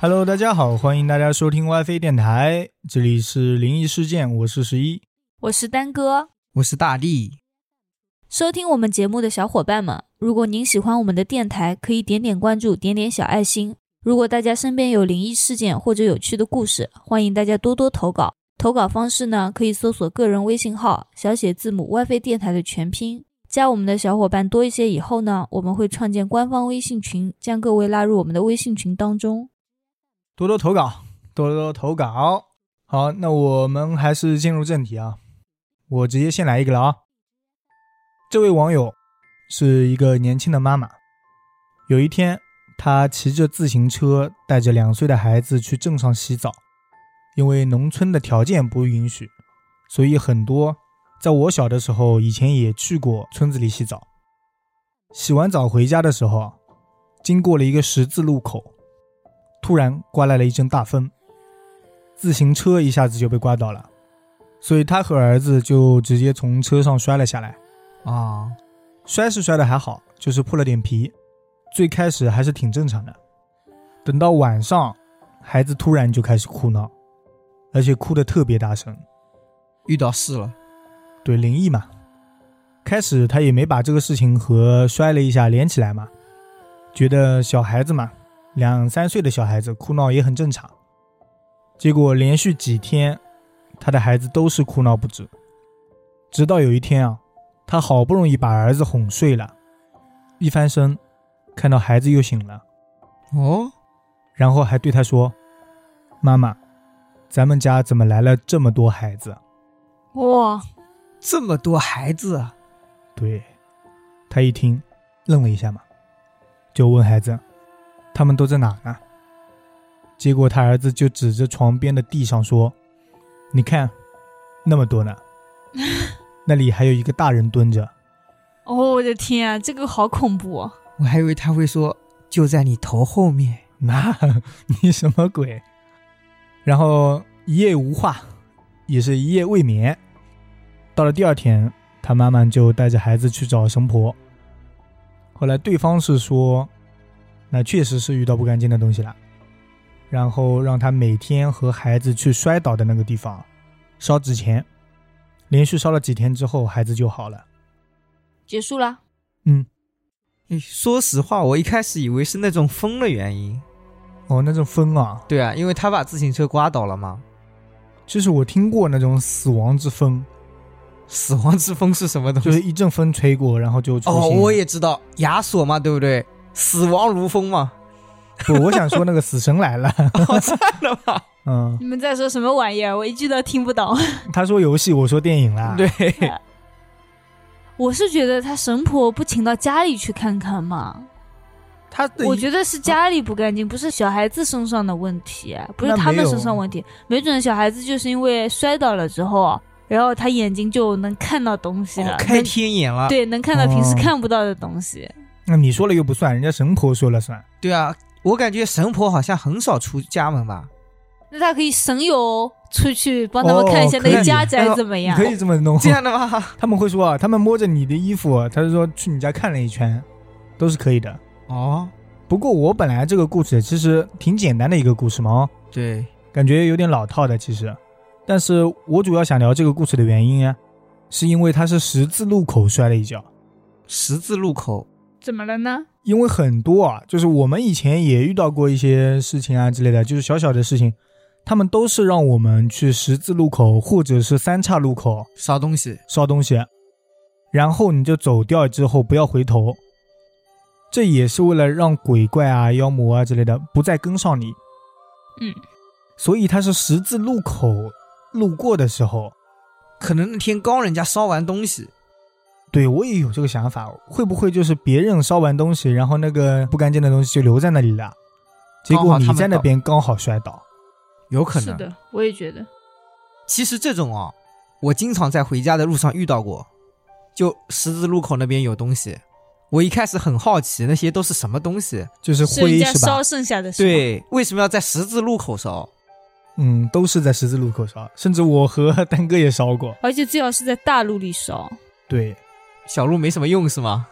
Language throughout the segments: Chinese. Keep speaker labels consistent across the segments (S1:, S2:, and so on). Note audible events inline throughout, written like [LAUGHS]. S1: Hello，大家好，欢迎大家收听 WiFi 电台，这里是灵异事件，我是十一。
S2: 我是丹哥。
S3: 我是大力，
S2: 收听我们节目的小伙伴们，如果您喜欢我们的电台，可以点点关注，点点小爱心。如果大家身边有灵异事件或者有趣的故事，欢迎大家多多投稿。投稿方式呢，可以搜索个人微信号小写字母 WiFi 电台的全拼，加我们的小伙伴多一些以后呢，我们会创建官方微信群，将各位拉入我们的微信群当中。
S1: 多多投稿，多多投稿。好，那我们还是进入正题啊。我直接先来一个了啊。这位网友是一个年轻的妈妈，有一天，她骑着自行车带着两岁的孩子去镇上洗澡，因为农村的条件不允许，所以很多在我小的时候以前也去过村子里洗澡。洗完澡回家的时候啊，经过了一个十字路口，突然刮来了一阵大风，自行车一下子就被刮倒了，所以他和儿子就直接从车上摔了下来。
S3: 啊，
S1: 摔是摔的还好，就是破了点皮，最开始还是挺正常的。等到晚上，孩子突然就开始哭闹，而且哭得特别大声，
S3: 遇到事了，
S1: 对灵异嘛。开始他也没把这个事情和摔了一下连起来嘛，觉得小孩子嘛，两三岁的小孩子哭闹也很正常。结果连续几天，他的孩子都是哭闹不止。直到有一天啊，他好不容易把儿子哄睡了，一翻身，看到孩子又醒了，
S3: 哦，
S1: 然后还对他说：“妈妈，咱们家怎么来了这么多孩子？”
S2: 哇，
S3: 这么多孩子，啊
S1: 对，他一听，愣了一下嘛，就问孩子：“他们都在哪呢？”结果他儿子就指着床边的地上说：“你看，那么多呢，那里还有一个大人蹲着。
S2: 哦，我的天啊，这个好恐怖、哦！
S3: 我还以为他会说就在你头后面，
S1: [LAUGHS] 那你什么鬼？”然后一夜无话，也是一夜未眠。到了第二天，他妈妈就带着孩子去找神婆。后来对方是说，那确实是遇到不干净的东西了，然后让他每天和孩子去摔倒的那个地方烧纸钱，连续烧了几天之后，孩子就好了。
S2: 结束了。
S1: 嗯，
S3: 哎说实话，我一开始以为是那种风的原因。
S1: 哦，那种风啊，
S3: 对啊，因为他把自行车刮倒了嘛。
S1: 就是我听过那种死亡之风，
S3: 死亡之风是什么 [LAUGHS] 东西？
S1: 就是一阵风吹过，然后就出现。
S3: 哦，我也知道，亚索嘛，对不对？死亡如风嘛，
S1: 不，我想说那个死神来
S3: [LAUGHS]
S1: 了。
S3: 好赞的吧？
S1: 嗯，
S2: 你们在说什么玩意儿？我一句都听不懂。
S1: 他说游戏，我说电影啦。，
S3: 对，
S2: 我是觉得他神婆不请到家里去看看嘛，
S1: 他的
S2: 我觉得是家里不干净，不是小孩子身上的问题，不是
S1: 那
S2: 他
S1: 没
S2: 们
S1: 有
S2: 身上问题，没准小孩子就是因为摔倒了之后，然后他眼睛就能看到东西了，
S3: 哦开
S2: 能
S3: 天眼了。
S2: 对，能看到平时
S1: 哦
S2: 看不到的东西。
S1: 那你说了又不算，人家神婆说了算。
S3: 对啊，我感觉神婆好像很少出家门 [LAUGHS] 吧？
S2: 那他可以神游出去帮他们
S1: 哦
S2: 看一下那
S1: 可
S2: 个
S1: 以
S2: 家
S3: 哎
S2: 宅
S3: 呦
S2: 怎么
S1: 你
S2: 样。
S1: 可以这么弄，
S3: 这样的吗？
S1: 他们会说啊，他们摸着你的衣服，他就说去你家看了一圈，都是可以的。
S3: [LAUGHS] 哦，
S1: 不过我本来这个故事其实挺简单的一个故事嘛，哦
S3: 对，
S1: 感觉有点老套的其实。但是我主要想聊这个故事的原因啊，是因为他是十字路口摔了一跤。
S3: 十字路口
S2: 怎么了呢？
S1: 因为很多啊，就是我们以前也遇到过一些事情啊之类的，就是小小的事情，他们都是让我们去十字路口或者是三岔路口
S3: 烧东西，
S1: 烧东西，然后你就走掉之后不要回头，这也是为了让鬼怪啊、妖魔啊之类的不再跟上你。
S2: 嗯，
S1: 所以他是十字路口路过的时候，
S3: 可能那天刚人家烧完东西，
S1: 对我也有这个想法，会不会就是别人烧完东西，然后那个不干净的东西就留在那里了，结
S3: 刚
S1: 果
S3: 好他
S1: 你
S3: 们
S1: 在那
S3: 倒
S1: 边刚好摔倒。
S3: 有可能。，
S2: 我也觉得。
S3: 其实这种哦，我经常在回家的路上遇到过，就十字路口那边有东西。我一开始很好奇，那些都是什么东西？
S1: 就是
S2: 人
S1: 灰
S2: 家
S1: 是吧
S2: 烧？剩下的是吧，
S3: 对，为什么要在十字路口烧？
S1: 嗯，都是在十字路口烧，甚至我和 [LAUGHS] 丹哥也烧过。
S2: 而且最好是在大陆里烧。
S1: 对，
S3: 小路没什么用是吗？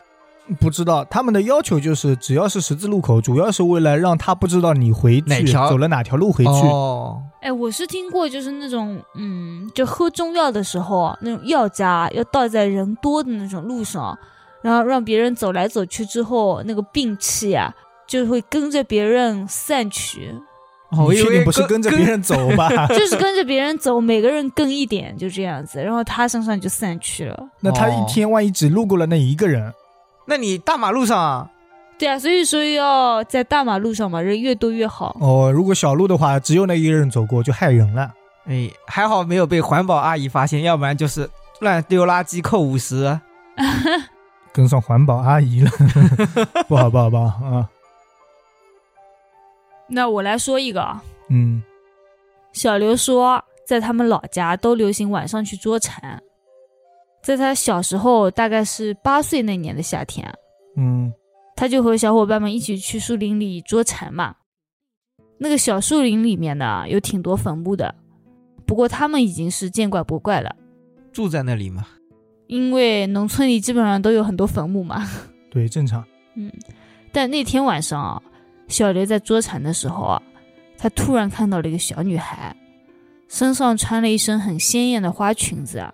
S1: 不知道他们的要求就是，只要是十字路口，主要是为了让他不知道你回
S3: 哪
S1: 去
S3: 条
S1: 走了哪条路回去。
S3: 哦，
S2: 哎，我是听过，就是那种，嗯，就喝中药的时候啊，那种药渣要倒在人多的那种路上，然后让别人走来走去之后，那个病气啊，就会跟着别人散去，
S3: 哦我
S1: 你
S3: 以
S1: 确
S3: 为
S1: 定不是跟着别人走
S3: [LAUGHS]
S1: 吧？
S2: 就是跟着别人走，每个人跟一点，就这样子，然后他身上就散去了。
S1: 那他
S3: 哦
S1: 一天万一只路过了那一个人，
S3: 那你大马路上啊，
S2: 对啊，所以说要在大马路上嘛，人越多越好。 [LAUGHS]
S1: 哦，如果小路的话，只有那一个人走过就害人了。
S3: 哎，还好没有被环保阿姨发现，要不然就是乱丢垃圾扣五十。
S1: 跟上环保阿
S3: [LAUGHS]
S1: 姨了，不好不好不好啊，
S2: 那我来说一个啊，
S1: 嗯，
S2: 小刘说，在他们老家都流行晚上去捉蝉。在他小时候，大概是八岁那年的夏天，
S1: 嗯，
S2: 他就和小伙伴们一起去树林里捉蝉嘛。那个小树林里面呢，有挺多坟墓的，不过他们已经是见怪不怪了，
S3: 住在那里嘛，
S2: 因为农村里基本上都有很多坟墓嘛。
S1: 对，正常。
S2: 嗯，但那天晚上啊，小刘在捉蝉的时候啊，他突然看到了一个小女孩，身上穿了一身很鲜艳的花裙子啊，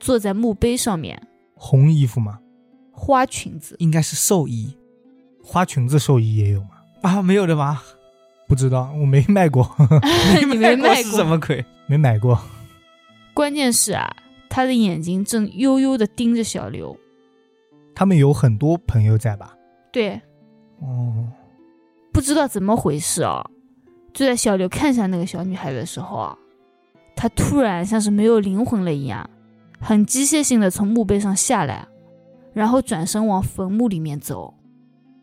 S2: 坐在墓碑上面，
S1: 红衣服嘛，
S2: 花裙
S3: [LAUGHS]
S2: 子。
S3: 应该是兽医
S1: 花裙子寿衣也有嘛？
S3: 啊，没有
S2: [LAUGHS]
S3: 的吗？
S1: 不知道，我没卖过，
S2: 你没
S3: 过
S2: 卖
S3: 是什
S2: 过？
S3: 么鬼？
S1: 没买过。
S2: 关键是啊，他的眼睛正悠悠地盯着小刘。
S1: 他们有很多朋友在吧？
S2: 对，
S1: 哦，
S2: 不知道怎么回事啊，就在小刘看向那个小女孩的时候啊，他突然像是没有灵魂了一样，很机械性的从墓碑上下来，然后转身往坟墓里面走。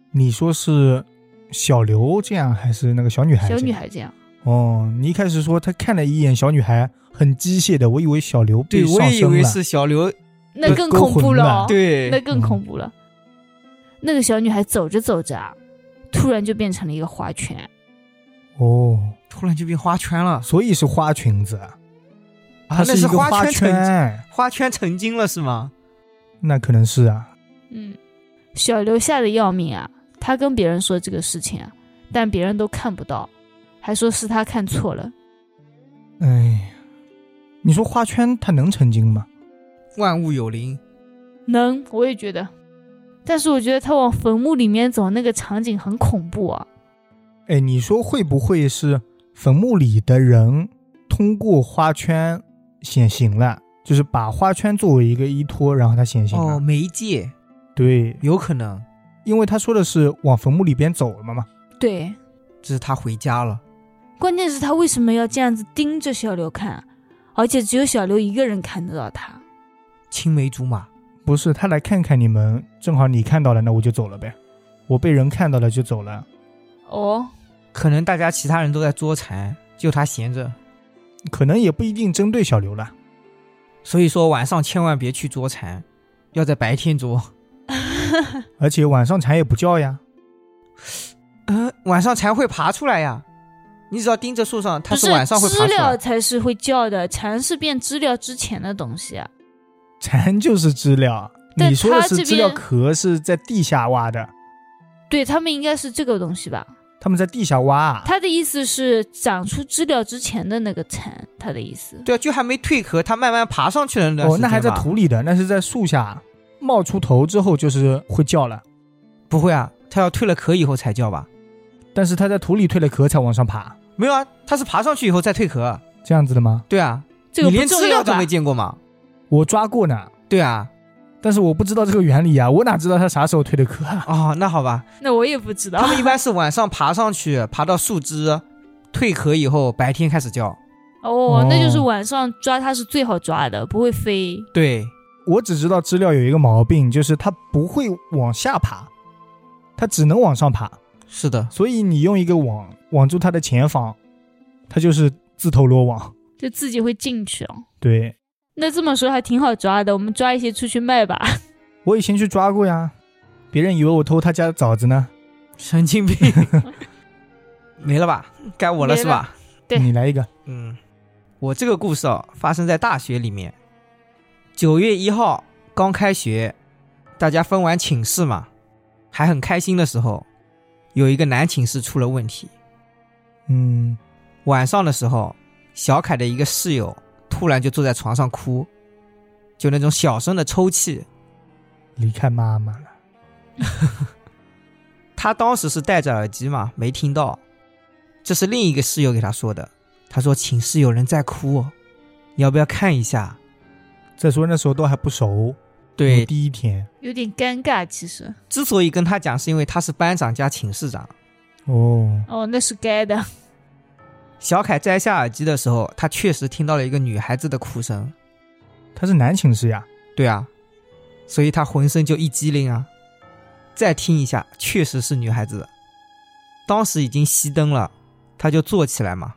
S1: 你说是小刘这样，还是那个小女孩？
S2: 小女。孩这样，
S1: 哦，你一开始说他看了一眼小女孩，很机械的，我以为小刘
S3: 对，
S1: 被
S3: 我
S1: 上
S3: 也以
S1: 身了。
S3: 为是小刘。
S2: 那更
S1: 勾
S2: 恐怖
S1: 魂
S2: 了嗯
S1: 吧
S2: 哦，
S3: 对
S2: 那，更恐怖了。那个小女孩走着走着啊，突然就变成了一个花圈，
S1: 哦，
S3: 突然就变花圈了，
S1: 所以是花裙子，啊，它
S3: 啊，那
S1: 一个
S3: 花
S1: 花
S3: 圈哎成
S1: 圈，哎
S3: 花圈成精了是吗？
S1: 那可能是啊。
S2: 嗯，小刘吓得要命啊！他跟别人说这个事情啊，但别人都看不到，还说是他看错了。
S1: 哎呀，你说花圈它能成精吗？
S3: 万物有灵，
S2: 能，我也觉得。但是我觉得他往坟墓里面走那个场景很恐怖啊。
S1: 哎，你说会不会是坟墓里的人通过花圈显形了？就是把花圈作为一个依托，然后它显形了。
S3: 哦，媒介
S1: 对，
S3: 有可能，
S1: 因为他说的是往坟墓里边走了嘛嘛。
S2: 对，
S3: 这是他回家了。
S2: 关键是他为什么要这样子盯着小刘看，啊而且只有小刘一个人看得到他。
S3: 青梅竹马，
S1: 不是，他来看看你们，正好你看到了，那我就走了呗。我被人看到了就走了，
S2: [LAUGHS] 哦，
S3: 可能大家其他人都在捉蝉，就他闲着。
S1: 可能也不一定针对小刘了。
S3: 所以说晚上千万别去捉蝉，要在白天捉。
S1: 而且晚上蝉也不叫呀。
S3: 嗯、晚上蝉会爬出来呀。你只要盯着树上，它
S2: 不是
S3: 晚上会爬
S2: 知
S3: 出
S2: 了
S3: 来。
S2: 才是会叫的，蝉是变知了之前的东西啊。
S1: 蝉就是知了，
S2: 但
S1: 你说的
S2: 他
S1: 是
S2: 这边
S1: 知了壳是在地下挖的，
S2: 对他们应该是这个东西吧？
S1: 他们在地下挖啊。
S2: 他的意思是长出知了之前的那个蝉，他的意思。
S3: 对啊，就还没蜕壳，它慢慢爬上去了那段
S1: 哦
S3: 时，间
S1: 那还在
S3: 吧
S1: 土里的，那是在树下冒出头之后就是会叫了，
S3: 不会啊，它要蜕了壳以后才叫吧？
S1: 但是它在土里蜕了壳才往上爬，
S3: 没有啊，它是爬上去以后再蜕壳。啊
S1: 这样子的吗？
S3: 对啊，
S2: 这个
S3: 你
S2: 不
S3: 连知
S2: 重要
S3: 了都
S2: 吧
S3: 没？见过吗？
S1: 我抓过呢，
S3: 对啊，
S1: 但是我不知道这个原理啊，我哪知道它啥时候蜕的壳啊？
S3: [LAUGHS]
S1: [LAUGHS]
S3: 哦，那好吧，
S2: 那我也不知道 [LAUGHS]
S3: 它。们一般是晚上爬上去，爬到树枝，蜕壳以后白天开始叫。
S2: 哦
S1: 哦，
S2: 那就是晚上抓它是最好抓的，不会飞。
S3: 对，
S1: 我只知道知了有一个毛病，就是它不会往下爬，它只能往上爬，
S3: 是的，
S1: 所以你用一个网网住它的前方，它就是自投罗网。
S2: 就自己会进去哦。
S1: 对
S2: 那这么说还挺好抓的，我们抓一些出去卖吧。
S1: 我以前去抓过呀，别人以为我偷他家的枣子呢。
S3: 神经 [LAUGHS] 病，没了吧？该我了是吧？
S2: 对
S1: 你来一个，
S3: 嗯，我这个故事啊，发生在大学里面。九月一号刚开学，大家分完寝室嘛，还很开心的时候，有一个男寝室出了问题。
S1: 嗯，
S3: 晚上的时候，小凯的一个室友突然就坐在床上哭，就那种小声的抽泣。
S1: 离开妈妈了。
S3: 他当时是戴着耳机嘛，没听到。这是另一个室友给他说的。他说寝室有人在哭哦，你要不要看一下？
S1: 再说那时候都还不熟，
S3: 对，
S1: 第一天
S2: [LAUGHS] 有点尴尬，其实
S3: 之所以跟他讲，是因为他是班长加寝室长。
S1: 哦，
S2: 哦，那是该的。
S3: 小凯摘下耳机的时候，他确实听到了一个女孩子的哭声。
S1: 他是男寝室呀。
S3: 对啊，所以他浑身就一激灵啊。再听一下，确实是女孩子的。当时已经熄灯了，他就坐起来嘛，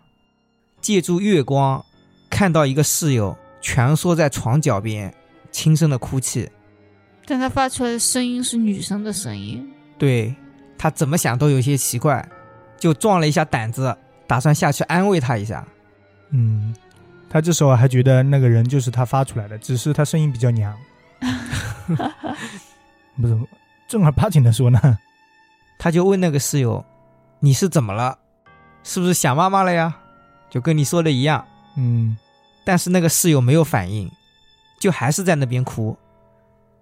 S3: 借助月光看到一个室友蜷缩在床脚边，轻声的哭泣。
S2: 但他发出来的声音是女生的声 [LAUGHS] 音，
S3: 对他怎么想都有些奇怪，就壮了一下胆子，打算下去安慰她一下。
S1: 嗯，他这时候还觉得那个人就是他发出来的，只是他声音比较娘。不是正儿八经的说呢， [LAUGHS]
S3: 他就问那个室友：“你是怎么了？是不是想妈妈了呀？”就跟你说的一样。
S1: 嗯，
S3: 但是那个室友没有反应，就还是在那边哭，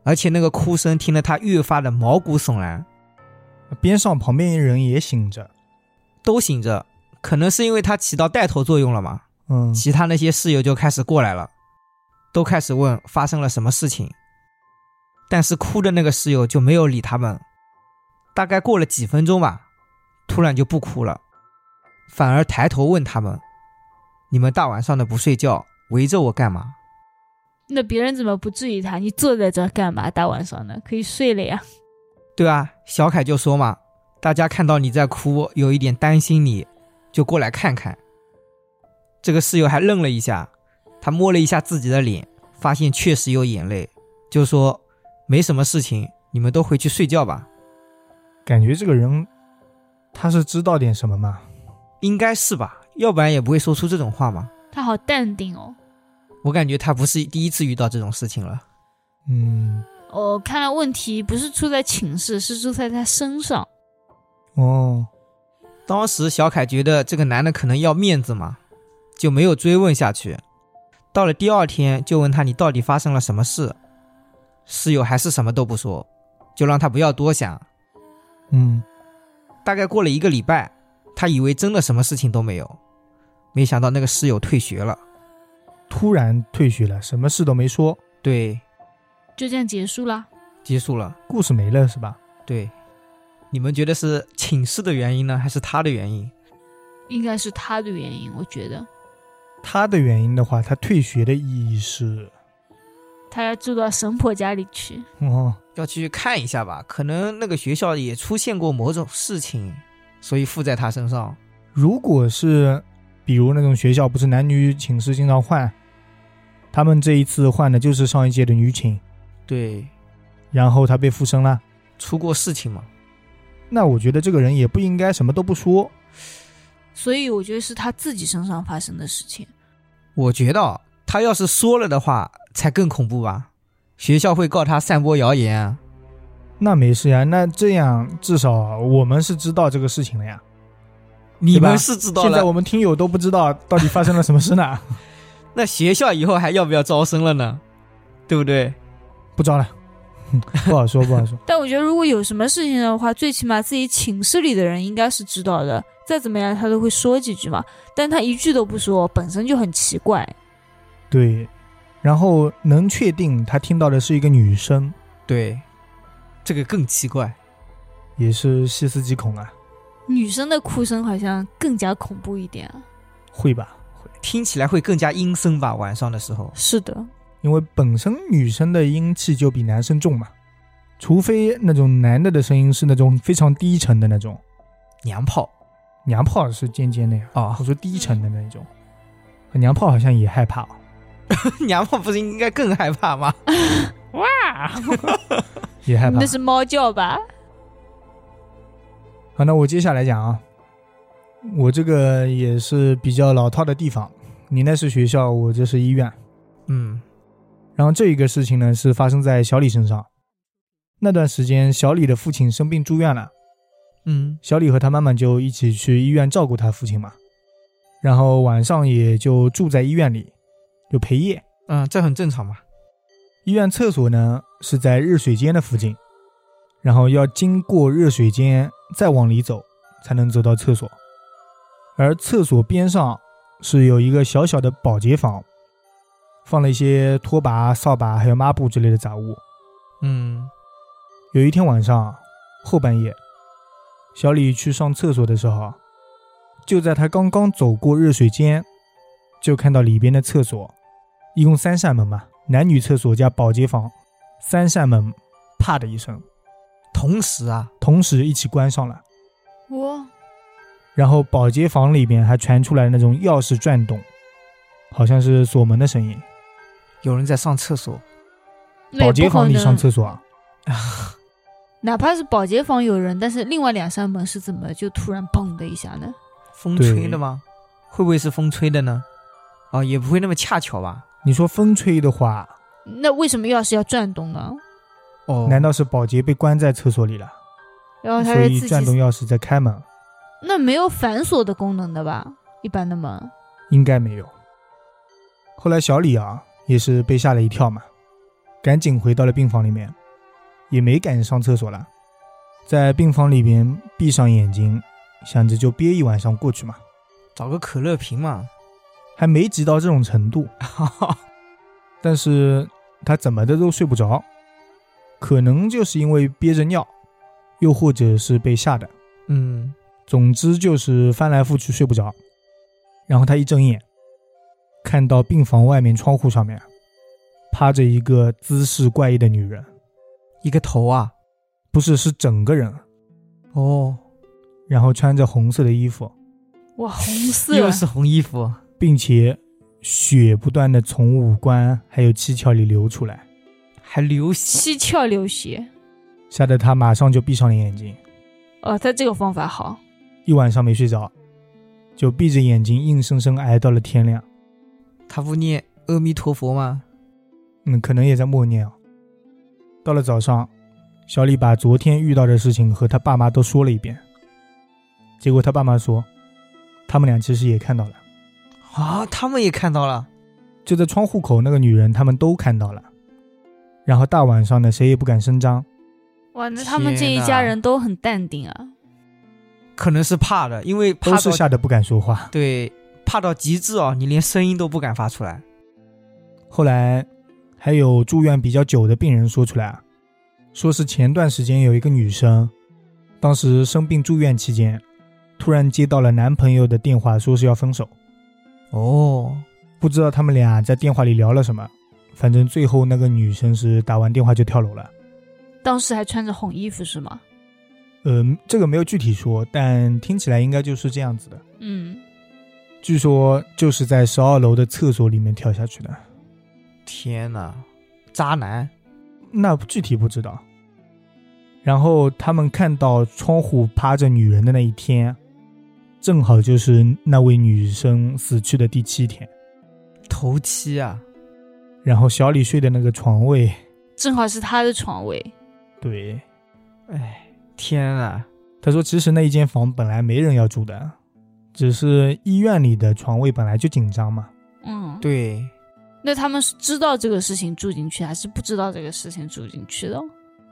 S3: 而且那个哭声听得他越发的毛骨悚然。
S1: 边上旁边人也醒着，
S3: 都醒着，可能是因为他起到带头作用了嘛。
S1: 嗯，
S3: 其他那些室友就开始过来了，都开始问发生了什么事情。但是哭的那个室友就没有理他们。大概过了几分钟吧，突然就不哭了，反而抬头问他们：“你们大晚上的不睡觉，围着我干嘛？”
S2: 那别人怎么不质疑他？你坐在这儿干嘛？大晚上的可以睡了呀。
S3: 对啊，小凯就说嘛，大家看到你在哭，有一点担心你，就过来看看。这个室友还愣了一下，他摸了一下自己的脸，发现确实有眼泪，就说没什么事情，你们都回去睡觉吧。
S1: 感觉这个人他是知道点什么嘛。
S3: 应该是吧，要不然也不会说出这种话嘛。
S2: 他好淡定哦。
S3: 我感觉他不是第一次遇到这种事情了。
S1: 嗯，
S2: 哦，看来问题不是出在寝室，是出在他身上。
S1: 哦，
S3: 当时小凯觉得这个男的可能要面子嘛，就没有追问下去。到了第二天，就问他你到底发生了什么事，室友还是什么都不说，就让他不要多想。
S1: 嗯，
S3: 大概过了一个礼拜，他以为真的什么事情都没有，没想到那个室友退学了。
S1: 突然退学了，什么事都没说，
S3: 对，
S2: 就这样结束了。
S3: 结束了。
S1: 故事没了是吧？
S3: 对，你们觉得是寝室的原因呢，还是他的原因？
S2: 应该是他的原因，我觉得
S1: 他的原因的话，他退学的意义是，
S2: 他要住到神婆家里去。
S1: 哦，
S3: 要去看一下吧，可能那个学校也出现过某种事情，所以附在他身上。
S1: 如果是比如那种学校，不是男女寝室经常换，他们这一次换的就是上一届的女寝，
S3: 对，
S1: 然后他被附身了。
S3: 出过事情嘛？
S1: 那我觉得这个人也不应该什么都不说，
S2: 所以我觉得是他自己身上发生的事情。
S3: 我觉得啊他要是说了的话，才更恐怖吧？学校会告他散播谣言啊。
S1: 那没事呀。那这样至少我们是知道这个事情了呀。
S3: 你
S1: 吧
S3: 们是知道
S1: 现在
S3: 了，
S1: 我们听友都不知道到底发生了什么事
S3: [LAUGHS]
S1: 呢，
S3: 那学校以后还要不要招生了呢？对不对？
S1: 不招了，哼不好说，不好说。
S2: 但我觉得如果有什么事情的话，最起码自己寝室里的人应该是知道的，再怎么样他都会说几句嘛。但他一句都不说，本身就很奇怪。
S1: 对，然后能确定他听到的是一个女生，
S3: 对，这个更奇怪。
S1: 也是细思极恐啊，
S2: 女生的哭声好像更加恐怖一点啊。
S1: 会吧？
S3: 听起来会更加阴森吧？晚上的时候，
S2: 是的，
S1: 因为本身女生的阴气就比男生重嘛，除非那种男的的声音是那种非常低沉的那种，
S3: 娘炮 [LAUGHS]
S1: 娘炮是尖尖的呀，
S3: 啊
S1: 我，说低沉的那种，娘炮好像也害怕、哦，
S3: 娘炮不是应该更害怕吗？
S1: 也害怕
S2: 那。是猫叫吧？
S1: 好，那我接下来讲啊，我这个也是比较老套的地方，你那是学校，我这是医院。
S3: 嗯，
S1: 然后这一个事情呢，是发生在小李身上。那段时间，小李的父亲生病住院了，
S3: 嗯
S1: 小李和他妈妈就一起去医院照顾他父亲嘛，然后晚上也就住在医院里，就陪夜。
S3: 嗯，这很正常嘛。
S1: 医院厕所呢是在热水间的附近，然后要经过热水间再往里走，才能走到厕所。而厕所边上是有一个小小的保洁房，放了一些拖把、扫把还有抹布之类的杂物。
S3: 嗯
S1: 有一天晚上后半夜，小李去上厕所的时候，就在他刚刚走过热水间，就看到里边的厕所，一共三扇门嘛，男女厕所加保洁房，三扇门啪的一声，
S3: 同时啊，
S1: 同时一起关上了。
S2: 我
S1: 然后保洁房里边还传出来那种钥匙转动，好像是锁门的声音。
S3: 有人在上厕所。
S1: 保洁房里上厕所啊？
S2: 哪怕是保洁房有人，但是另外两扇门是怎么就突然砰的一下呢？
S3: 风
S1: 对
S3: 吹的吗？会不会是风吹的呢？哦，也不会那么恰巧吧？
S1: 你说风吹的话，
S2: 哦那为什么钥匙要转动呢？
S3: 哦，
S1: 难道是保洁被关在厕所里了，
S2: 然后哦他
S1: 所
S2: 是
S1: 以
S2: 自
S1: 转动
S2: 己
S1: 钥匙在开门？
S2: 那没有反锁的功能的吧？一般的门，
S1: 应该没有。后来小李啊也是被吓了一跳嘛，赶紧回到了病房里面，也没敢上厕所了，在病房里边闭上眼睛，想着就憋一晚上过去嘛，
S3: 找个可乐瓶 [LAUGHS] 嘛？
S1: 还没急到这种程度，但是他怎么的都睡不着，可能就是因为憋着尿，又或者是被吓的，
S3: 嗯，
S1: 总之就是翻来覆去睡不着。然后他一睁眼，看到病房外面窗户上面趴着一个姿势怪异的女人，
S3: 一个头啊。
S1: 不是是整个人，
S3: 哦，
S1: 然后穿着红色的衣服，
S2: 哇，红色
S3: 又是啊红衣服。
S1: 并且血不断的从五官还有七窍里流出来，
S3: 还流血，
S2: 七窍流血。
S1: 吓得他马上就闭上了眼睛，
S2: 哦，他这个方法好，
S1: 一晚上没睡着，就闭着眼睛硬生生挨到了天亮。
S3: 他不念阿弥陀佛吗？
S1: 嗯，可能也在默念啊。到了早上，小李把昨天遇到的事情和他爸妈都说了一遍，结果他爸妈说，他们俩其实也看到了，
S3: 啊，他们也看到了，
S1: 就在窗户口那个女人，他们都看到了。然后大晚上的，谁也不敢声张。
S2: 哇，那他们这一
S3: 天哪
S2: 家人都很淡定啊。
S3: 可能是怕的，因为
S1: 都
S3: 怕
S1: 是
S3: 到
S1: 吓得不敢说话。
S3: 对怕到极致哦，你连声音都不敢发出来。
S1: 后来，还有住院比较久的病人说出来啊，说是前段时间有一个女生，当时生病住院期间，突然接到了男朋友的电话，说是要分手。
S3: 哦，
S1: 不知道他们俩在电话里聊了什么，反正最后那个女生是打完电话就跳楼了。
S2: 当时还穿着红衣服是吗？
S1: 呃，这个没有具体说，但听起来应该就是这样子的。
S2: 嗯，
S1: 据说就是在十二楼的厕所里面跳下去的，
S3: 天哪，渣男！
S1: 那具体不知道。然后他们看到窗户趴着女人的那一天，正好就是那位女生死去的第七天。
S3: 头七啊，
S1: 然后小李睡的那个床位，
S2: 正好是他的床位。
S1: 对，
S3: 哎，天哪，
S1: 他说其实那一间房本来没人要住的，只是医院里的床位本来就紧张嘛。
S2: 嗯，
S3: 对，
S2: 那他们是知道这个事情住进去，还是不知道这个事情住进去的？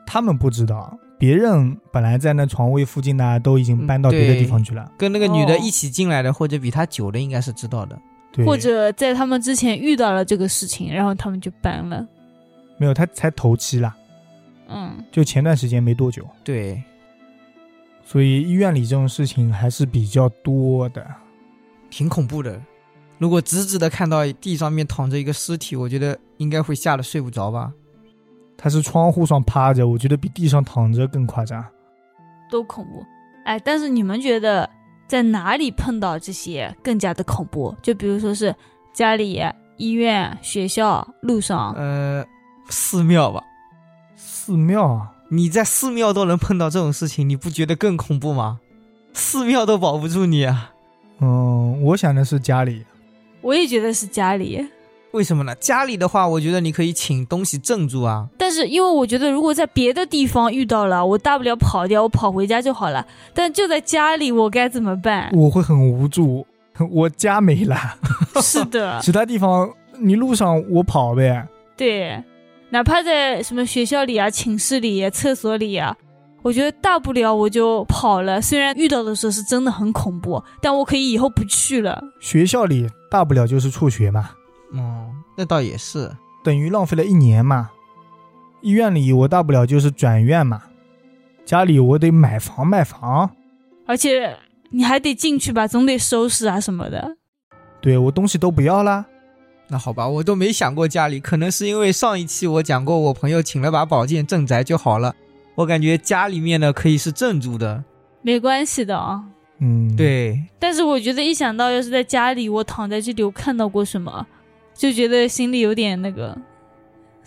S1: 他们不知道，别人本来在那床位附近呢，都已经
S3: 嗯
S1: 搬到别的
S3: 对
S1: 地方去了，
S3: 跟那个女的
S2: 哦
S3: 一起进来的，或者比他久的，应该是知道的。
S1: 对，
S2: 嗯或者在他们之前遇到了这个事情，然后他们就搬了。
S1: 没有，他才头七啦，
S2: 嗯，
S1: 就前段时间没多久，
S3: 对，
S1: 所以医院里这种事情还是比较多的。
S3: 挺恐怖的。如果直直的看到地上面躺着一个尸体，我觉得应该会吓得睡不着吧。
S1: 他是窗户上趴着，我觉得比地上躺着更夸张。
S2: 都恐怖。哎，但是你们觉得在哪里碰到这些更加的恐怖？就比如说是家里、医院、学校、路上，
S3: 呃，寺庙吧，
S1: 寺庙啊，
S3: 你在寺庙都能碰到这种事情，你不觉得更恐怖吗？寺庙都保不住你啊！
S1: 嗯，我想的是家里，
S2: 我也觉得是家里。
S3: 为什么呢？家里的话，我觉得你可以请东西镇住啊。
S2: 但是因为我觉得，如果在别的地方遇到了，我大不了跑掉，我跑回家就好了。但就在家里，我该怎么
S1: [LAUGHS]
S2: 办？
S1: 我会很无助，我家没
S2: 啊
S1: 了，
S2: 是的，
S1: 其他地方你路上我跑呗，
S2: 对，哪怕在什么学校里啊、寝室里、啊、厕所里啊，我觉得大不了我就跑了。虽然遇到的时候是真的很恐怖，但我可以以后不去了。
S1: 学校里大不了就是辍学嘛。
S3: 嗯，那倒也是。
S1: 等于浪费了一年嘛。医院里我大不了就是转院嘛，家里我得买房卖房，
S2: 而且你还得进去吧，总得收拾啊什么的。
S1: 对我东西都不要啦。
S3: 那好吧，我都没想过家里，可能是因为上一期我讲过，我朋友请了把宝剑镇宅就好了。我感觉家里面呢可以是镇住的。
S2: 没关系的啊、
S1: 嗯，，
S3: 对，
S2: 但是我觉得一想到要是在家里，我躺在这里，我看到过什么，就觉得心里有点那个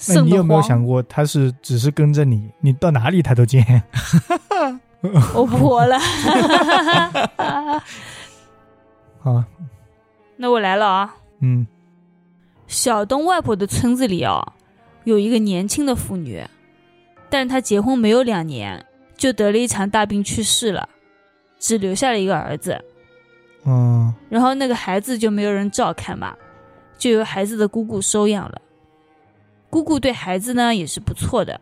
S1: 那
S2: 瘆
S1: 你
S2: 得
S1: 有没有
S2: 慌。
S1: 想过，他是只是跟着你，你到哪里他都见？ [LAUGHS]
S2: 我不活了。
S1: 啊，
S2: 那我来了啊！
S1: 嗯，
S2: 小东外婆的村子里啊，有一个年轻的妇女，但是她结婚没有两年，就得了一场大病去世了，只留下了一个儿子。
S1: 嗯，
S2: 然后那个孩子就没有人照看嘛，就由孩子的姑姑收养了。姑姑对孩子呢也是不错的，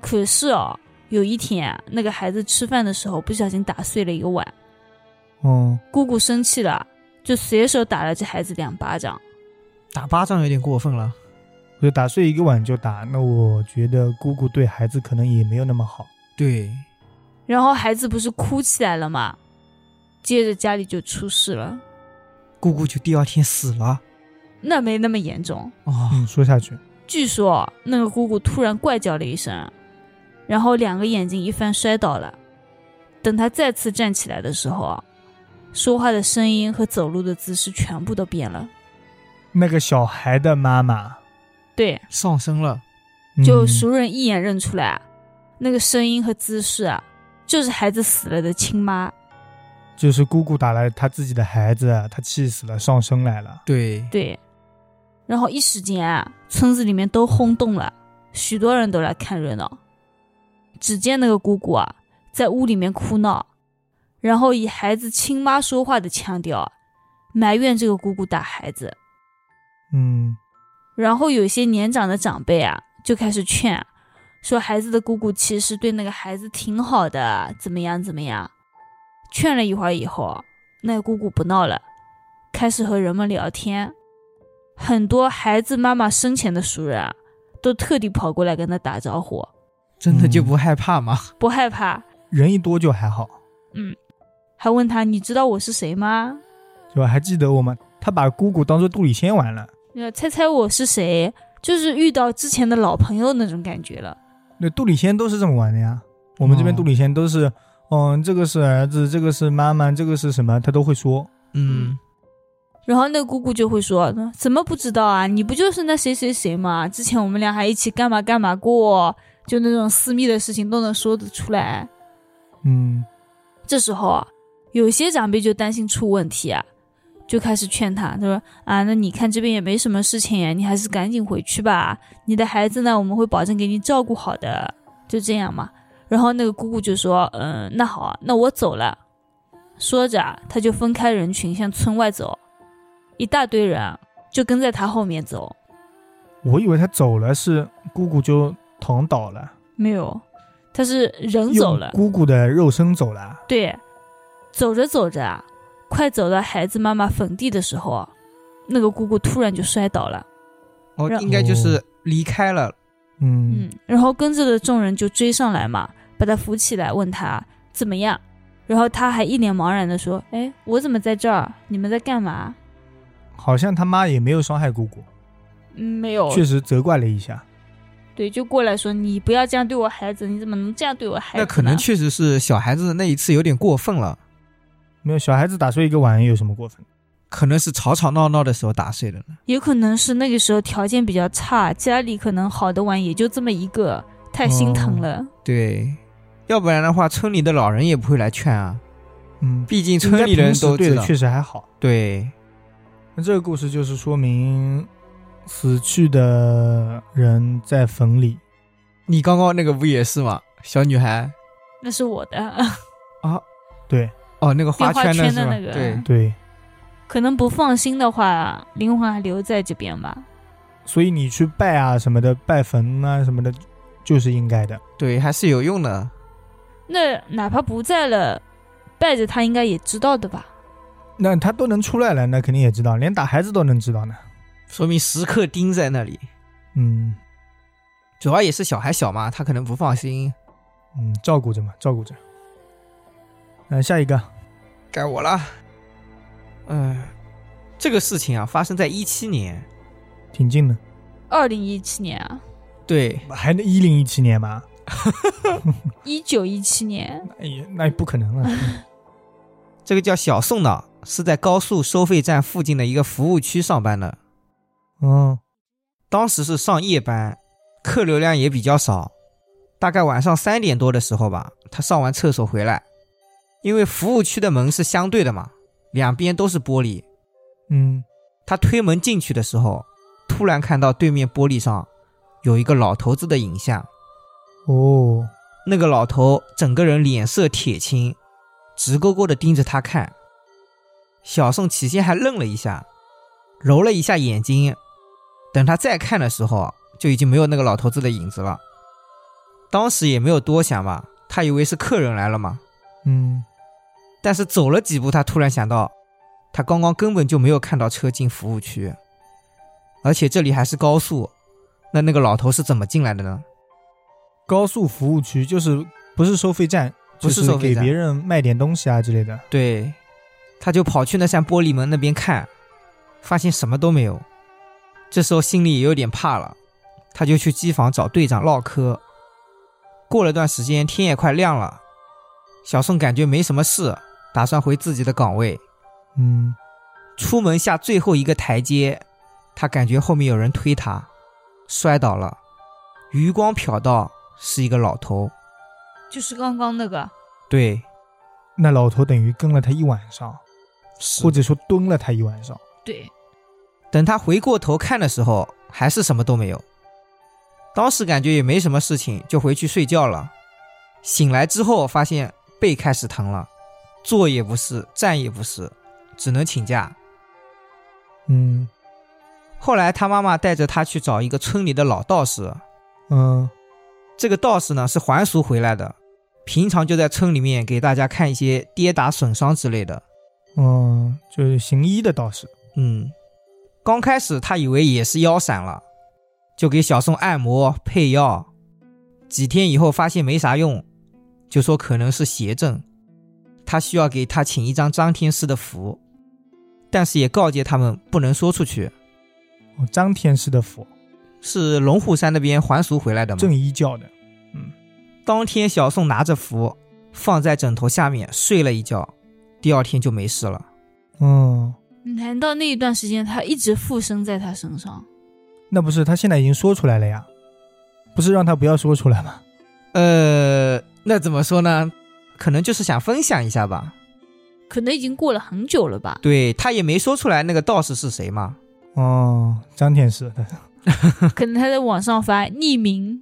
S2: 可是哦，有一天啊，那个孩子吃饭的时候不小心打碎了一个碗，
S1: 哦，
S2: 姑姑生气了，就随手打了这孩子两巴掌。
S3: 打巴掌有点过分了。
S1: 我就打碎一个碗就打，那我觉得姑姑对孩子可能也没有那么好。
S3: 对，
S2: 然后孩子不是哭起来了嘛，接着家里就出事了，
S3: 姑姑就第二天死了。
S2: 那没那么严重。
S3: 哦，
S1: 嗯，说下去，
S2: 据说那个姑姑突然怪叫了一声，然后两个眼睛一翻摔倒了。等她再次站起来的时候啊，说话的声音和走路的姿势全部都变了。
S1: 那个小孩的妈妈，
S2: 对，
S3: 上身了。
S1: 嗯、
S2: 就熟人一眼认出来啊，那个声音和姿势啊，就是孩子死了的亲妈。
S1: 就是姑姑打了她自己的孩子，她气死了，上身来了。
S3: 对，
S2: 对，然后一时间啊，村子里面都轰动了，许多人都来看热闹。只见那个姑姑啊，在屋里面哭闹，然后以孩子亲妈说话的腔调啊，埋怨这个姑姑打孩子。
S1: 嗯，
S2: 然后有一些年长的长辈啊，就开始劝啊，说孩子的姑姑其实对那个孩子挺好的，怎么样怎么样。劝了一会儿以后啊，那个姑姑不闹了，开始和人们聊天。很多孩子妈妈生前的熟人啊，都特地跑过来跟他打招呼，
S3: 真的就不害怕吗？
S2: 不害怕，
S1: 人一多就还好，
S2: 还问他你知道我是谁吗？
S1: 是吧？还记得我吗？她把姑姑当做杜丽仙玩了。
S2: 呃，猜猜我是谁？就是遇到之前的老朋友那种感觉了。
S1: 那杜丽仙都是这么玩的呀。我们这边
S3: 哦
S1: 杜丽仙都是，嗯，这个是儿子，这个是妈妈，这个是什么，她都会说。
S3: 嗯，
S2: 然后那个姑姑就会说：“怎么不知道啊？你不就是那谁谁谁吗？之前我们俩还一起干嘛干嘛过，就那种私密的事情都能说得出来。
S1: 嗯”
S2: 这时候啊，有些长辈就担心出问题啊，就开始劝他，他说：“啊，那你看这边也没什么事情，啊你还是赶紧回去吧。你的孩子呢，我们会保证给你照顾好的。”就这样嘛。然后那个姑姑就说：“嗯，那好啊，那我走了。”说着啊，他就分开人群向村外走，一大堆人啊就跟在他后面走。
S1: 我以为她走了是姑姑就躺倒了，
S2: 没有， [LAUGHS] 他是人
S1: 用
S2: 走了，
S1: 姑姑的肉身走了。
S2: 对，走着走着啊，快走到孩子妈妈坟地的时候啊，那个姑姑突然就摔倒了。
S3: 哦，
S2: 让
S3: 应该就是离开了。
S1: 嗯
S2: 嗯，然后跟着的众人就追上来嘛，把她扶起来，问她怎么样。然后她还一脸茫然的说：“哎，我怎么在这儿？你们在干嘛
S1: 好像他妈也没有伤害姑姑，？”
S2: 嗯，没
S3: 哦
S2: 有，
S1: 确实责怪了一下。
S2: 对，就过来说：“你不要这样对我孩子，你怎么能这样对我孩子呢？”
S3: 那哎可能确实是小孩子那一次有点过分了，
S1: 没有小孩子打碎一个碗有什么过分？
S3: 可能是吵吵闹闹的时候打碎的呢。
S2: 也可能是那个时候条件比较差，家里可能好的碗也就这么一个，太心
S3: 哦
S2: 疼了。
S3: 对，要不然的话，村里的老人也不会来劝啊。
S1: 嗯，
S3: 毕竟村里
S1: 应该
S3: 人
S1: 平时
S3: 都
S1: 对
S3: 知
S1: 的
S3: 道。
S1: 确实还好。
S3: 对，
S1: 那这个故事就是说明死去的人在坟里，
S3: 你刚刚那个不也是吗？小女孩
S2: 那是我的，
S3: 啊，
S1: 对
S3: 哦，那个花圈
S2: 变化圈
S3: 是
S2: 的
S3: 吗？
S2: 那个
S3: 对，
S1: 对，
S2: 可能不放心的话，灵魂还留在这边吧。
S1: 所以你去拜啊什么的，拜坟啊什么的，就是应该的。
S3: 对，还是有用的。
S2: 那哪怕不在了，拜着他应该也知道的吧？
S1: 那他都能出来了，那肯定也知道，连打孩子都能知道呢。
S3: 说明时刻盯在那里。
S1: 嗯
S3: 主要也是小孩小嘛，他可能不放心。
S1: 嗯，照顾着嘛，照顾着。嗯、下一个，
S3: 该我了。嗯，这个事情啊，发生在一七年，
S1: 挺近的，
S2: 二零一七年啊，
S3: 对，
S1: 还能一零一七年吧？
S2: 一九一七年，
S1: 哎呀，那也不可能了。 [LAUGHS]
S3: 这个叫小宋的，是在高速收费站附近的一个服务区上班的。
S1: 嗯
S3: 当时是上夜班，客流量也比较少，大概晚上三点多的时候吧，他上完厕所回来，因为服务区的门是相对的嘛，两边都是玻璃。
S1: 嗯，
S3: 他推门进去的时候，突然看到对面玻璃上有一个老头子的影像。
S1: 哦，
S3: 那个老头整个人脸色铁青，直勾勾地盯着他看。小宋起先还愣了一下，揉了一下眼睛，等他再看的时候，就已经没有那个老头子的影子了。当时也没有多想吧，他以为是客人来了嘛。
S1: 嗯，
S3: 但是走了几步，他突然想到，他刚刚根本就没有看到车进服务区，而且这里还是高速，那那个老头是怎么进来的呢？
S1: 高速服务区就是不是收费站，
S3: 不
S1: 就是
S3: 收费
S1: 给
S3: 站
S1: 别人卖点东西啊之类的。
S3: 对，他就跑去那扇玻璃门那边看，发现什么都没有。这时候心里也有点怕了，他就去机房找队长唠嗑。过了段时间，天也快亮了，小宋感觉没什么事，打算回自己的岗位。
S1: 嗯，
S3: 出门下最后一个台阶，他感觉后面有人推他，摔倒了。余光瞟到是一个老头，
S2: 就是刚刚那个。
S3: 对，
S1: 那老头等于跟了他一晚上，
S3: 是
S1: 或者说蹲了他一晚上。
S2: 对，
S3: 等他回过头看的时候，还是什么都没有。当时感觉也没什么事情，就回去睡觉了。醒来之后，发现背开始疼了，坐也不是，站也不是，只能请假。
S1: 嗯
S3: 后来他妈妈带着他去找一个村里的老道士，
S1: 嗯
S3: 这个道士呢是还俗回来的，平常就在村里面给大家看一些跌打损伤之类的。
S1: 嗯，就是行医的道士。
S3: 嗯，刚开始他以为也是腰闪了，就给小宋按摩配药。几天以后发现没啥用，就说可能是邪症，他需要给他请一张张天师的符，但是也告诫他们不能说出去。
S1: 哦，张天师的佛，
S3: 是龙虎山那边还俗回来的嘛
S1: 正？一教的。
S3: 当天小宋拿着符放在枕头下面睡了一觉，第二天就没事了。
S1: 嗯，
S2: 难道那一段时间他一直附身在他身上？
S1: 那不是他现在已经说出来了呀？不是让他不要说出来吗？
S3: 呃，那怎么说呢？可能就是想分享一下吧。
S2: 可能已经过了很久了 [LAUGHS] 吧？
S3: 对他也没说出来那个道士是谁嘛。
S1: 哦，张天师的
S2: 可能他在网上发匿名。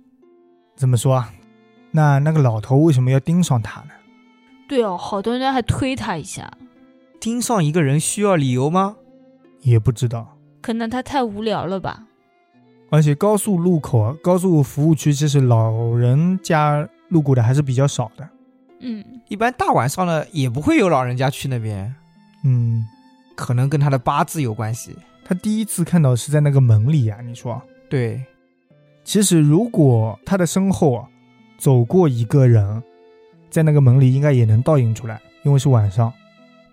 S1: 怎么说啊？那那个老头为什么要盯上他呢？
S2: 对哦，好多人还推他一下，
S3: 盯上一个人需要理由吗？
S1: 也不知道。
S2: 可能他太无聊了吧？
S1: 而且高速路口、啊，高速服务区，其实老人家路过的还是比较少的。
S2: 嗯，
S3: 一般大晚上的也不会有老人家去那边，
S1: 嗯，
S3: 可能跟他的八字有关系。
S1: 他第一次看到是在那个门里啊呀、你说，
S3: 对，
S1: 其实如果他的身后啊走过一个人，在那个门里应该也能倒映出来，因为是晚上，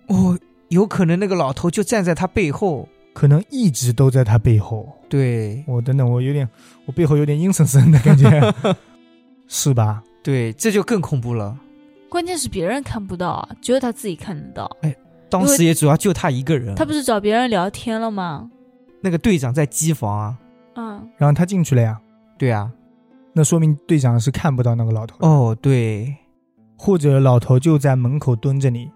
S3: 哦，有可能那个老头就站在他背后。
S1: 可能一直都在他背后。
S3: 对
S1: 我等等，我有点，我背后有点阴森森的感觉，是吧？
S3: 对，这就更恐怖了。
S2: 关键是别人看不到啊，只有他自己看得到。
S3: 当时也主要就他一个人，
S2: 他不是找别人聊天了吗？
S3: 那个队长在机房啊。
S2: 嗯，
S1: 然后他进去了呀，
S3: 对啊，
S1: 那说明队长是看不到那个老头的，
S3: 哦对，
S1: 或者老头就在门口蹲着你，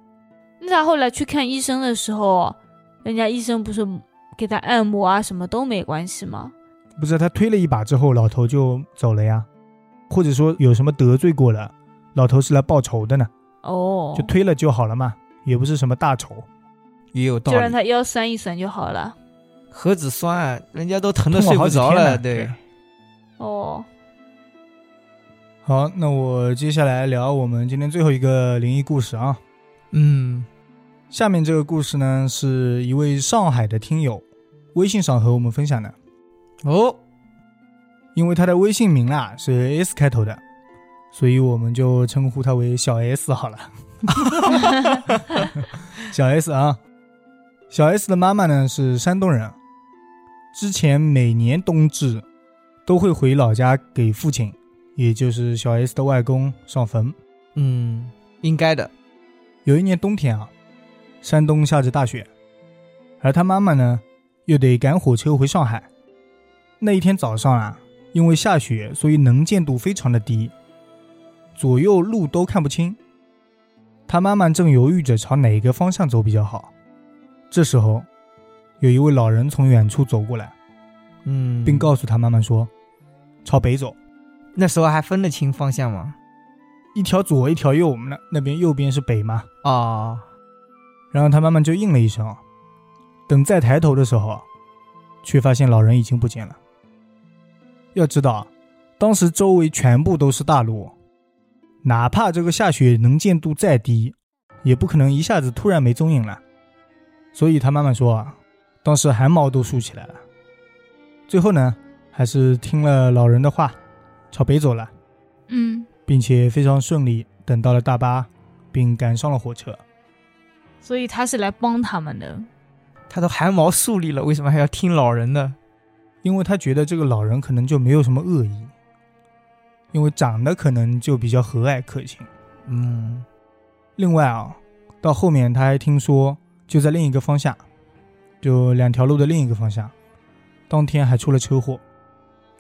S2: 那他后来去看医生的时候，人家医生不是给他按摩啊，什么都没关系吗？
S1: 不是他推了一把之后，老头就走了呀，或者说有什么得罪过了，老头是来报仇的呢，
S2: 哦，
S1: 就推了就好了嘛，也不是什么大仇，
S3: 也有道
S2: 就让
S3: 理。
S2: 他腰酸一酸就好了。
S3: 何止酸，人家都疼
S1: 痛
S3: 的
S1: 了
S3: 睡
S1: 好
S3: 不
S1: 几
S3: 着
S1: 天
S3: 了。
S1: 呢
S3: 对，
S2: 哦，
S1: 好，那我接下来聊我们今天最后一个灵异故事啊。
S3: 嗯，
S1: 下面这个故事呢，是一位上海的听友微信上和我们分享的，
S3: 哦，
S1: 因为他的微信名啊是 S 开头的，所以我们就称呼他为小 S 好了。 [LAUGHS] 小 S 啊，小 S 的妈妈呢是山东人，之前每年冬至都会回老家给父亲，也就是小 S 的外公上坟。
S3: 嗯，应该的。
S1: 有一年冬天啊，山东下着大雪，而他妈妈呢又得赶火车回上海。那一天早上啊，因为下雪，所以能见度非常的低，左右路都看不清。他妈妈正犹豫着朝哪个方向走比较好，这时候，有一位老人从远处走过来，
S3: 嗯，
S1: 并告诉他妈妈说：“朝北走，
S3: 那时候还分得清方向吗？
S1: 一条左，一条右。那那边右边是北嘛，
S3: 哦，
S1: 然后他妈妈就应了一声。等再抬头的时候，啊却发现老人已经不见了。要知道，当时周围全部都是大路，哪怕这个下雪能见度再低，也不可能一下子突然没踪影了。所以他妈妈说啊，当时汗毛都竖起来了。最后呢，还是听了老人的话，朝北走了，
S2: 嗯，
S1: 并且非常顺利等到了大巴，并赶上了火车。
S2: 所以他是来帮他们的。
S3: 他都汗毛竖立了，为什么还要听老人呢？
S1: 因为他觉得这个老人可能就没有什么恶意，因为长得可能就比较和蔼可亲。
S3: 嗯，
S1: 另外啊，到后面他还听说，就在另一个方向，就两条路的另一个方向，当天还出了车祸，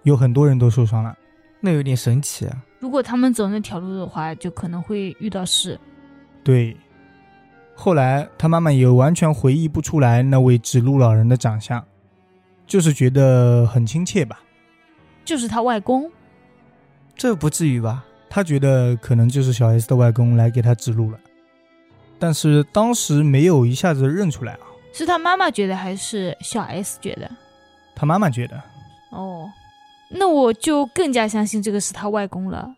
S1: 有很多人都受伤了。
S3: 那有点神奇啊。
S2: 如果他们走那条路的话，就可能会遇到事。
S1: 对，后来他妈妈也完全回忆不出来那位指路老人的长相，就是觉得很亲切吧。
S2: 就是他外公，
S3: 这不至于吧？
S1: 他觉得可能就是小 S 的外公来给他指路了，但是当时没有一下子认出来啊，
S2: 是他妈妈觉得还是小 S 觉得？
S1: 他妈妈觉得，
S2: 哦，那我就更加相信这个是他外公了。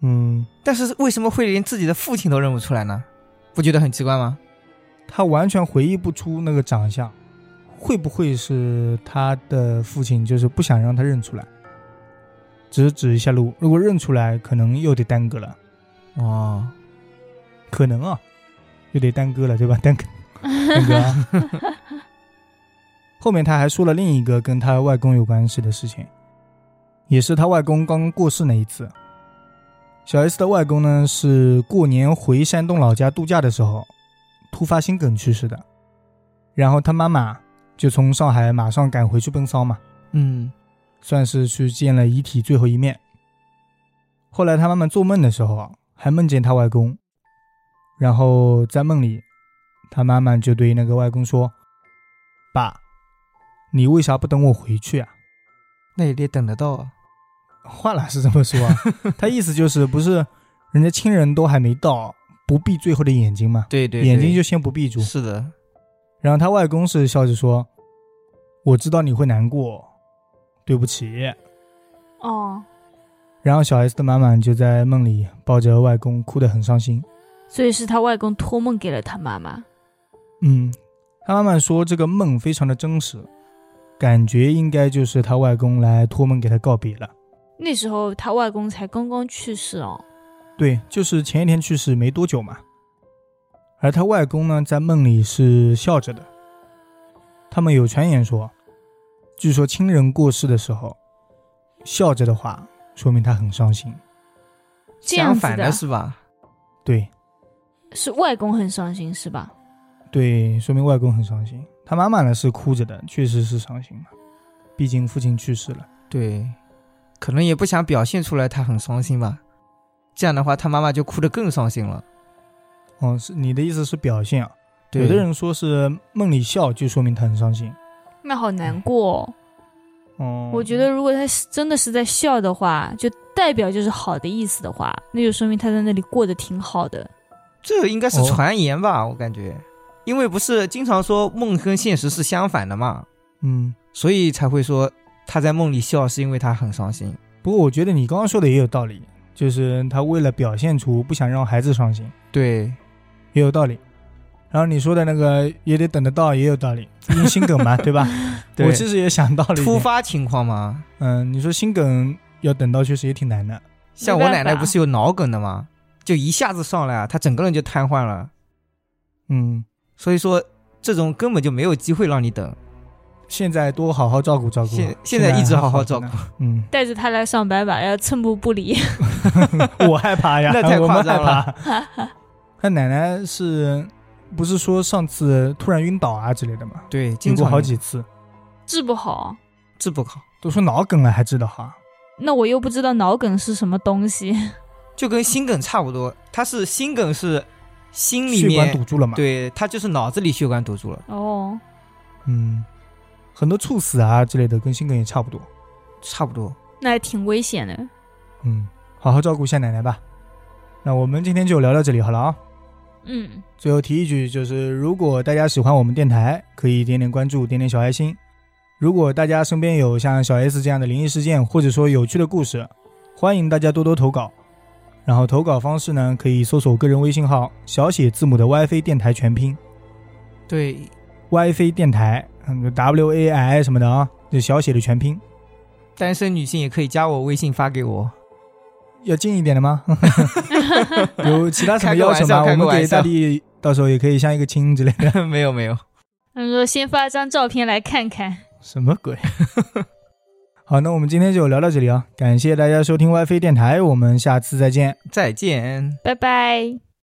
S1: 嗯，
S3: 但是为什么会连自己的父亲都认不出来呢？不觉得很奇怪吗？
S1: 他完全回忆不出那个长相，会不会是他的父亲就是不想让他认出来，只是指一下路，如果认出来，可能又得耽搁了，
S3: 哦，
S1: 可能啊，又得耽搁了，对吧？ [LAUGHS] 耽搁，耽搁、啊。 [LAUGHS] 后面他还说了另一个跟他外公有关系的事情，也是他外公刚过世那一次。小 S 的外公呢是过年回山东老家度假的时候，突发心梗去世的，然后他妈妈就从上海马上赶回去奔丧嘛，
S3: 嗯，
S1: 算是去见了遗体最后一面。后来他妈妈做梦的时候啊，还梦见他外公，然后在梦里，他妈妈就对那个外公说：“爸，你为啥不等我回去啊 [LAUGHS]
S3: 那也得等得到啊。？”
S1: 话啦是这么说啊，他意思就是不是人家亲人都还没到，不闭最后的眼睛嘛，
S3: 对对
S1: 眼睛就先不闭住。
S3: 是的，
S1: 然后他外公是笑着说：“我知道你会难过，对不起。”
S2: [LAUGHS] 哦，
S1: 然后小 S 的妈妈就在梦里抱着外公，哭得很伤心。
S2: 所以是他外公托梦给了他妈妈。
S1: 嗯，他妈妈说这个梦非常的真实，感觉应该就是他外公来托梦给他告别了。
S2: 那时候他外公才刚刚去世哦。
S1: 对，就是前一天去世没多久嘛。而他外公呢，在梦里是笑着的。他们有传言说，据说亲人过世的时候，笑着的话，说明他很伤心。
S2: 这样
S3: 相
S2: 子
S3: 反
S2: 的啊
S3: 是吧？
S1: 对
S2: 是外公很伤心是吧？
S1: 对，说明外公很伤心。他妈妈呢是哭着的，确实是伤心嘛，毕竟父亲去世了。
S3: 对，可能也不想表现出来他很伤心吧。这样的话，他妈妈就哭得更伤心了。
S1: 哦，是你的意思是表现啊？
S3: 对
S1: 有的人说是梦里笑就说明他很伤心，
S2: 那好难过、哦。
S1: 嗯，
S2: 我觉得如果他是真的是在笑的话，就代表就是好的意思的话，那就说明他在那里过得挺好的。
S3: 这应该是
S1: 哦
S3: 传言吧，我感觉，因为不是经常说梦跟现实是相反的嘛，
S1: 嗯，
S3: 所以才会说他在梦里笑是因为他很伤心。
S1: 不过我觉得你刚刚说的也有道理，就是他为了表现出不想让孩子伤心，
S3: 对，
S1: 也有道理。然后你说的那个也得等得到，也有道理，因为心梗
S3: [LAUGHS]
S1: 嘛，对吧？
S3: 对
S1: 我其实也想到了一点
S3: 突，发情况嘛，
S1: 嗯，你说心梗要等到确实也挺难的，
S3: 像
S2: 没
S3: 我
S2: 办
S3: 奶奶
S2: 法
S3: 不是有脑梗的嘛，就一下子上来啊，她整个人就瘫痪了。
S1: 嗯，
S3: 所以说这种根本就没有机会让你等。
S1: 现在多好好照顾照顾，啊
S3: 现现在一直好好照顾
S1: 现在还好嗯着呢
S2: 带着他来上班吧，要寸步不离。
S1: 嗯， [LAUGHS] 我害怕呀，
S3: 那
S1: [LAUGHS]
S3: 太
S1: 我们
S3: 夸张了
S1: 害怕。 [LAUGHS] 那奶奶是不是说上次突然晕倒啊之类的嘛？
S3: 对，
S1: 经
S3: 经
S1: 过
S3: 常
S1: 好几次，
S2: [LAUGHS] 治不好，
S3: 治不好，
S1: 都说脑梗了还知道哈？
S2: 那我又不知道脑梗是什么东西。
S3: 就跟心梗差不多。它是心梗是心里
S1: 血管
S3: 面
S1: 堵，住了嘛？，
S3: 对，它就是脑子里血管堵住了，
S2: 哦，
S1: 嗯，很多猝死啊之类的跟心梗也差不多。
S3: 差不多。
S2: [LAUGHS] 那还挺危险的。
S1: 嗯，好好照顾一下奶奶吧。那我们今天就聊到这里好了啊。
S2: 嗯，
S1: 最后提一句，就是如果大家喜欢我们电台，可以点点关注，点点小爱心。如果大家身边有像小 S 这样的灵异事件，或者说有趣的故事，欢迎大家多多投稿。然后投稿方式呢，可以搜索个人微信号小写字母的 WiFi 电台全拼
S3: 对，
S1: WiFi 电台，嗯，W A I 什么的啊，这小写的全拼。
S3: 单身女性也可以加我微信发给我。 [LAUGHS]
S1: 要近一点的吗？有其他什么要求吗？
S3: 开个玩笑
S1: 我
S3: 开个
S1: 们
S3: 玩
S1: 给
S3: 笑
S1: 大地到时候也可以像一个亲之类的。
S3: 没有没有，
S2: 他们说先发张照片来看看。
S1: 什么鬼？ [LAUGHS] 好，那我们今天就聊到这里啊！感谢大家收听 WiFi 电台，我们下次再见。
S3: 再见。
S2: 拜拜。